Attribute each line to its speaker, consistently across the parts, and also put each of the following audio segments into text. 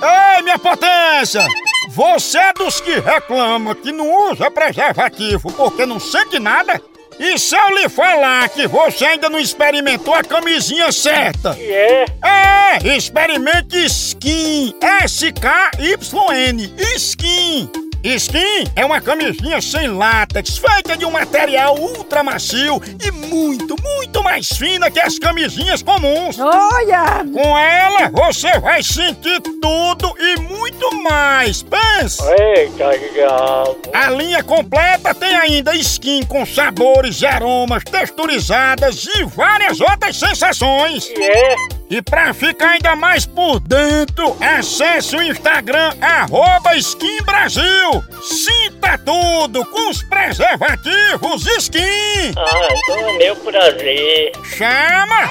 Speaker 1: Dona Potência! Você é dos que reclama que não usa preservativo porque não sente nada? E se eu lhe falar que você ainda não experimentou a camisinha certa?
Speaker 2: E é?
Speaker 1: É, experimente Skin. S-K-Y-N. Skin. Skin é uma camisinha sem látex, feita de um material ultra macio e muito, muito mais fina que as camisinhas comuns.
Speaker 3: Olha!
Speaker 1: Com ela, você vai sentir tudo e muito mais. Pensa!
Speaker 2: Eita, diabo.
Speaker 1: A linha completa tem ainda skin com sabores e aromas texturizadas e várias outras sensações.
Speaker 2: E é?
Speaker 1: E pra ficar ainda mais por dentro, acesse o Instagram arroba Skin Brasil. Sinta tudo com os preservativos Skin.
Speaker 2: Ah, então é meu prazer.
Speaker 1: Chama!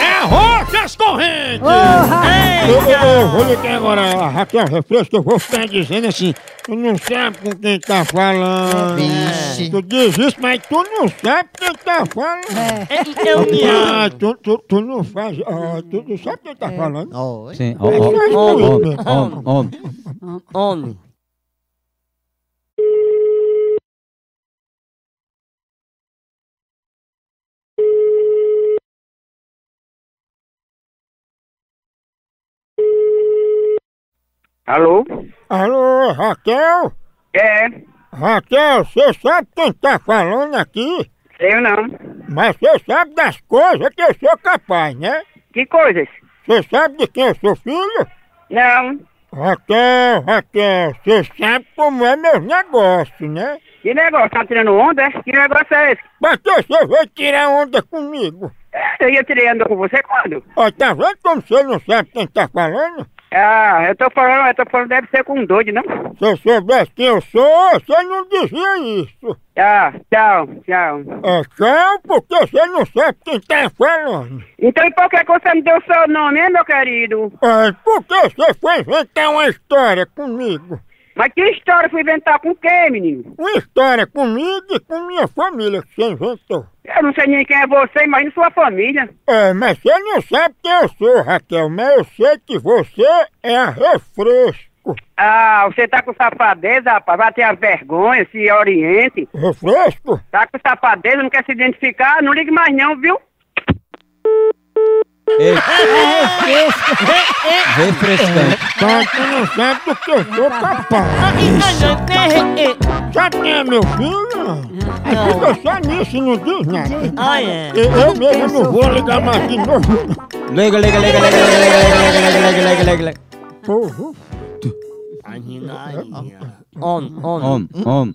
Speaker 1: É Roxas Corrente!
Speaker 3: Porra!
Speaker 1: Eu, eu- eu vou ligar agora a Raquel Refresco, eu vou ficar dizendo assim, tu não sabe com quem tá falando.
Speaker 4: Vixe.
Speaker 1: Tu diz isso, mas tu não sabe quem tá falando.
Speaker 3: É.
Speaker 1: Ah, tu, tu, tu não faz. Ah, tu não sabe quem tá falando.
Speaker 4: Oi.
Speaker 5: Sim,
Speaker 1: 어,
Speaker 5: ó, ó, ó, ó, ó, ó.
Speaker 4: Homem.
Speaker 6: Alô?
Speaker 1: Alô, Raquel?
Speaker 6: É,
Speaker 1: Raquel, você sabe quem tá falando aqui?
Speaker 6: eu não.
Speaker 1: Mas você sabe das coisas que eu sou capaz, né?
Speaker 6: Que coisas?
Speaker 1: Você sabe de quem eu sou filho?
Speaker 6: Não,
Speaker 1: Raquel, Raquel, você sabe como é meu negócio, né?
Speaker 6: que negócio? Tá tirando onda? é? Que negócio é esse?
Speaker 1: Bateu, você veio tirar onda comigo.
Speaker 6: É, Eu ia tirar onda com você quando?
Speaker 1: Ó, tá vendo como você não sabe quem tá falando?
Speaker 6: Ah, eu tô falando, eu tô falando, deve ser com um doido, não?
Speaker 1: Se eu soubesse quem eu sou, você não dizia isso.
Speaker 6: Ah, tchau, tchau.
Speaker 1: É tchau, porque você não sabe quem tá falando.
Speaker 6: Então e por que que você me deu o seu nome, hein, meu querido?
Speaker 1: É, porque você foi inventar uma história comigo.
Speaker 6: Mas que história eu fui inventar com quem, menino?
Speaker 1: Uma história comigo e com minha família que você inventou.
Speaker 6: Eu não sei nem quem é você, imagina sua família.
Speaker 1: É, mas você não sabe quem eu sou, Raquel, mas eu sei que você é a refresco.
Speaker 6: Ah, você tá com safadeza, rapaz, vai ter a vergonha, se oriente.
Speaker 1: Refresco?
Speaker 6: Tá com safadeza, não quer se identificar, não ligue mais não, viu?
Speaker 5: Ei. 예, Refrescante.
Speaker 1: Tá, tu não sabe do que eu sou capaz. Sabe quem é meu filho? É Aí fica só nisso e não diz nada.
Speaker 4: Olha.
Speaker 1: Eu, eu mesmo não vou ligar mais de novo.
Speaker 5: Liga, liga, liga, liga, liga, liga, liga, liga, liga, liga, liga.
Speaker 1: Porra.
Speaker 4: Homem, homem.
Speaker 5: Om, om.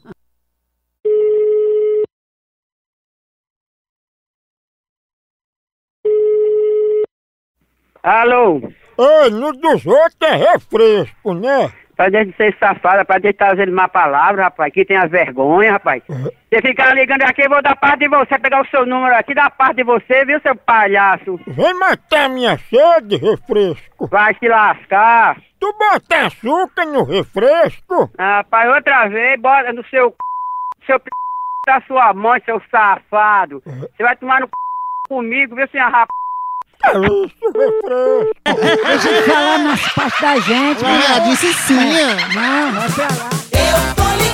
Speaker 6: Alô?
Speaker 1: Ei, no dos outros é refresco, né?
Speaker 6: Pra deixar de ser safado, rapaz, deixa de estar tá usando má palavra, rapaz, que tem a vergonha, rapaz. Você ficar ligando aqui, eu vou dar parte de você, pegar o seu número aqui, dar parte de você, viu, seu palhaço?
Speaker 1: Vem matar minha sede, refresco.
Speaker 6: Vai se lascar.
Speaker 1: Tu bota açúcar no refresco?
Speaker 6: Ah, Rapaz, outra vez, bora no seu c... seu p... da sua mãe, seu safado. Você vai tomar no c... comigo, viu, senhor rapaz?
Speaker 1: É isso, refresco.
Speaker 3: Deixa de falar nas partes da gente.
Speaker 4: Ah, disse sim, ó.
Speaker 3: Não, não, sei lá.
Speaker 7: Eu tô ligado.